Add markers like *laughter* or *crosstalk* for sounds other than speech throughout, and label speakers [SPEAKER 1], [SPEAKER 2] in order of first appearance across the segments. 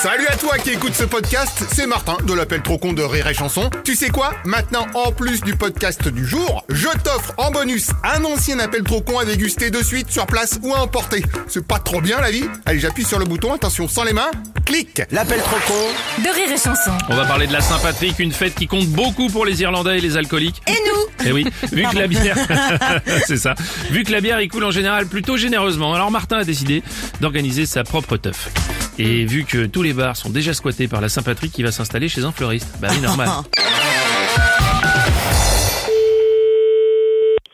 [SPEAKER 1] Salut à toi qui écoute ce podcast, c'est Martin de l'appel trop con de Rire et Chanson. Tu sais quoi Maintenant, en plus du podcast du jour, je t'offre en bonus un ancien appel trop con à déguster de suite sur place ou à emporter. C'est pas trop bien la vie Allez, j'appuie sur le bouton, attention, sans les mains, clique
[SPEAKER 2] L'appel trop con
[SPEAKER 3] de rire et chanson.
[SPEAKER 4] On va parler de la Saint-Patrick, une fête qui compte beaucoup pour les Irlandais et les alcooliques.
[SPEAKER 3] Et nous
[SPEAKER 4] Eh oui, vu que la bière, *laughs* c'est ça, vu que la bière y coule en général plutôt généreusement, alors Martin a décidé d'organiser sa propre teuf. Et vu que tous les bars sont déjà squattés par la Saint-Patrick, il va s'installer chez un fleuriste. Bah oui,
[SPEAKER 3] *laughs*
[SPEAKER 4] normal.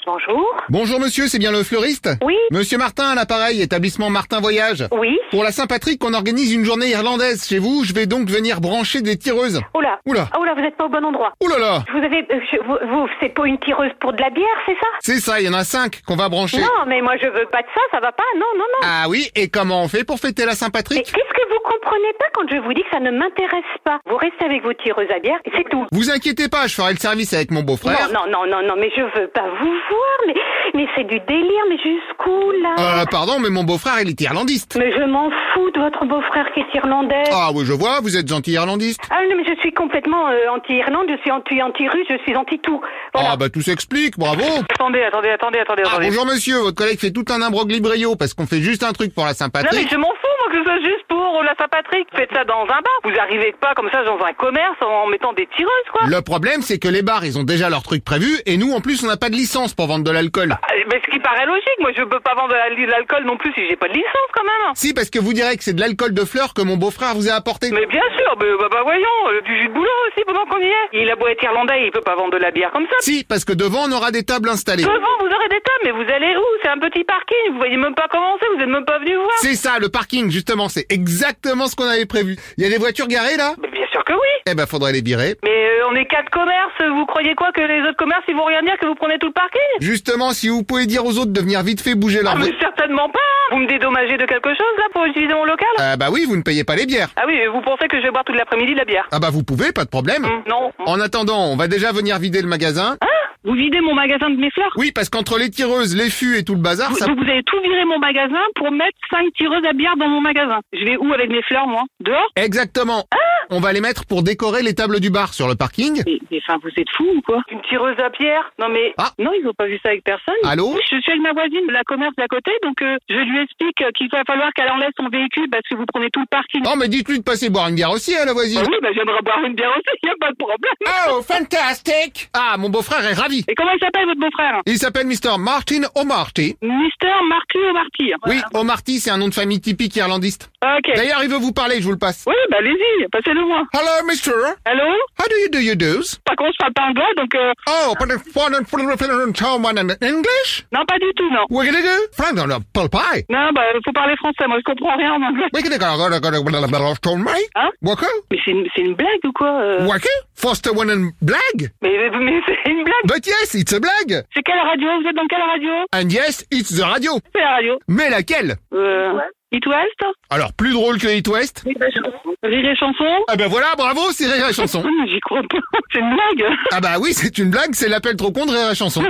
[SPEAKER 5] Bonjour.
[SPEAKER 1] Bonjour monsieur, c'est bien le fleuriste
[SPEAKER 5] Oui.
[SPEAKER 1] Monsieur Martin à l'appareil, établissement Martin Voyage.
[SPEAKER 5] Oui.
[SPEAKER 1] Pour la Saint-Patrick, on organise une journée irlandaise chez vous, je vais donc venir brancher des tireuses.
[SPEAKER 5] Oula.
[SPEAKER 1] Oula.
[SPEAKER 5] Ah, Oula, vous n'êtes pas au bon endroit.
[SPEAKER 1] Ouh là là
[SPEAKER 5] Vous avez, euh, je- vous, vous- c'est pas une tireuse pour de la bière, c'est ça
[SPEAKER 1] C'est ça, il y en a cinq qu'on va brancher.
[SPEAKER 5] Non, mais moi je veux pas de ça, ça va pas. Non, non, non.
[SPEAKER 1] Ah oui, et comment on fait pour fêter la
[SPEAKER 5] Mais
[SPEAKER 1] Saint-Patrick
[SPEAKER 5] qu'est-ce que vous comprenez pas quand je vous dis que ça ne m'intéresse pas Vous restez avec vos tireuses à bière et c'est tout.
[SPEAKER 1] Vous inquiétez pas, je ferai le service avec mon beau-frère.
[SPEAKER 5] Non, non, non, non, non, mais je veux pas vous voir, mais, mais c'est du délire, mais jusqu'où là
[SPEAKER 1] Euh, pardon, mais mon beau-frère, il est irlandiste.
[SPEAKER 5] Mais je m'en fous de votre beau-frère qui est irlandais.
[SPEAKER 1] Ah oui, je vois, vous êtes gentil-irlandiste.
[SPEAKER 5] Ah non, mais je suis complètement euh, anti-Irlande, je suis anti- anti-russe, je suis anti-tout. Voilà.
[SPEAKER 1] Ah bah tout s'explique, bravo
[SPEAKER 6] Attendez, attendez, attendez, attendez,
[SPEAKER 1] Ah,
[SPEAKER 6] attendez.
[SPEAKER 1] Bonjour monsieur, votre collègue fait tout un imbroglibrio parce qu'on fait juste un truc pour la
[SPEAKER 6] Non mais
[SPEAKER 1] Saint-Patrick.
[SPEAKER 6] je m'en fous moi que ce soit juste pour euh, la Saint-Patrick. Faites ça dans un bar. Vous arrivez pas comme ça dans un commerce en mettant des tireuses quoi.
[SPEAKER 1] Le problème, c'est que les bars, ils ont déjà leur truc prévu et nous, en plus, on n'a pas de licence pour vendre de l'alcool.
[SPEAKER 6] Ah, Mais ce qui paraît logique, moi je peux pas vendre de l'alcool non plus si j'ai pas de licence quand même.
[SPEAKER 1] Si, parce que vous direz que c'est de l'alcool de fleurs que mon beau-frère vous a apporté.
[SPEAKER 6] Mais bien sûr, bah, bah, bah, voyons, euh, du jus de boulot aussi pendant qu'on y est. Il a beau être irlandais, il peut pas vendre de la bière comme ça.
[SPEAKER 1] Si, parce que devant, on aura des tables installées.
[SPEAKER 6] Devant vous aurez des tables, mais vous allez où C'est un petit parking, vous voyez même pas comment c'est, vous êtes même pas venu voir.
[SPEAKER 1] C'est ça, le parking, justement, c'est exactement ce qu'on avait prévu. Il y a des voitures garées, là
[SPEAKER 6] Mais bien sûr que oui.
[SPEAKER 1] Eh ben, faudrait les virer.
[SPEAKER 6] Mais euh, on est quatre commerces, vous croyez quoi que les autres commerces ils vont rien dire que vous prenez tout le parking
[SPEAKER 1] Justement, si vous pouvez dire aux autres de venir vite fait bouger leur...
[SPEAKER 6] Ah, mais certainement pas hein. Vous me dédommagez de quelque chose, là, pour utiliser mon local
[SPEAKER 1] Ah bah oui, vous ne payez pas les bières.
[SPEAKER 6] Ah oui, vous pensez que je vais boire toute l'après-midi de la bière
[SPEAKER 1] Ah bah vous pouvez, pas de problème.
[SPEAKER 6] Hum, Non.
[SPEAKER 1] En attendant, on va déjà venir vider le magasin.
[SPEAKER 6] Vous videz mon magasin de mes fleurs
[SPEAKER 1] Oui, parce qu'entre les tireuses, les fûts et tout le bazar,
[SPEAKER 6] *laughs*
[SPEAKER 1] ça...
[SPEAKER 6] Donc vous avez tout viré mon magasin pour mettre cinq tireuses à bière dans mon magasin. Je vais où avec mes fleurs, moi Dehors
[SPEAKER 1] Exactement. On va les mettre pour décorer les tables du bar sur le parking.
[SPEAKER 6] mais, mais enfin, vous êtes fous ou quoi Une tireuse à bière Non mais...
[SPEAKER 1] Ah.
[SPEAKER 6] Non, ils ont pas vu ça avec personne.
[SPEAKER 1] Allô
[SPEAKER 6] Je suis avec ma voisine, la commerce d'à côté, donc euh, je lui explique euh, qu'il va falloir qu'elle enlève son véhicule parce que vous prenez tout le parking.
[SPEAKER 1] Oh, mais dites-lui de passer boire une bière aussi, hein, la
[SPEAKER 6] Ah
[SPEAKER 1] voisine.
[SPEAKER 6] oui, bah j'aimerais boire une bière aussi, y a pas de problème.
[SPEAKER 1] Oh, fantastique Ah, mon beau-frère est ravi.
[SPEAKER 6] Et comment il s'appelle votre beau-frère
[SPEAKER 1] Il s'appelle Mr. Martin O'Marty.
[SPEAKER 6] Mister Marcu Marty.
[SPEAKER 1] Oui, O'Marty, c'est un nom de famille typique irlandiste.
[SPEAKER 6] Ok.
[SPEAKER 1] D'ailleurs, il veut vous parler, je vous le passe.
[SPEAKER 6] Oui, bah allez-y, passez-le moi.
[SPEAKER 1] Hello, mister.
[SPEAKER 6] Allô
[SPEAKER 1] How do you do your do's?
[SPEAKER 6] Par contre, je parle pas anglais, donc... Euh...
[SPEAKER 1] Oh, but if one and one in English?
[SPEAKER 6] Non, pas du tout, non.
[SPEAKER 1] We're gonna do? Frank, on a pull pie.
[SPEAKER 6] Non, bah, faut parler français, moi je comprends rien en anglais.
[SPEAKER 1] We're gonna go, go, go, go, go, go, go, mate.
[SPEAKER 6] Hein
[SPEAKER 1] Waka?
[SPEAKER 6] Mais c'est une, c'est une blague ou quoi euh
[SPEAKER 1] Waka? Foster one and blag?
[SPEAKER 6] Mais, mais- mais c'est une blague
[SPEAKER 1] But yes, it's a blague.
[SPEAKER 6] C'est quelle radio Vous êtes dans quelle radio
[SPEAKER 1] And yes, it's the radio.
[SPEAKER 6] C'est la radio.
[SPEAKER 1] Mais laquelle?
[SPEAKER 6] Euh... It West bah,
[SPEAKER 1] Alors, plus drôle que It West?
[SPEAKER 6] Rire et chanson
[SPEAKER 1] Ah ben voilà, bravo, c'est Rire et Chanson.
[SPEAKER 6] Oh, non, J'y crois pas, *laughs* c'est une blague
[SPEAKER 1] Ah bah oui, c'est une blague, c'est l'appel trop con de Rire et Chanson.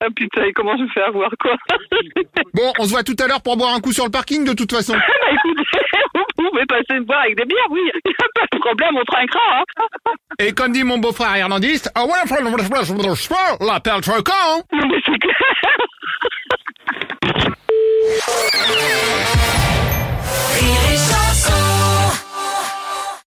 [SPEAKER 6] Ah putain, et comment je me fais avoir, quoi *laughs*
[SPEAKER 1] Bon, on se voit tout à l'heure pour boire un coup sur le parking de toute façon.
[SPEAKER 6] Bah écoutez, *laughs* vous pouvez passer me voir avec des bières, oui *laughs* y a Pas de problème, on trinquera, hein
[SPEAKER 1] Et comme dit mon beau-frère irlandiste, ah ouais, l'appel trop con.
[SPEAKER 6] Non mais c'est clair *laughs*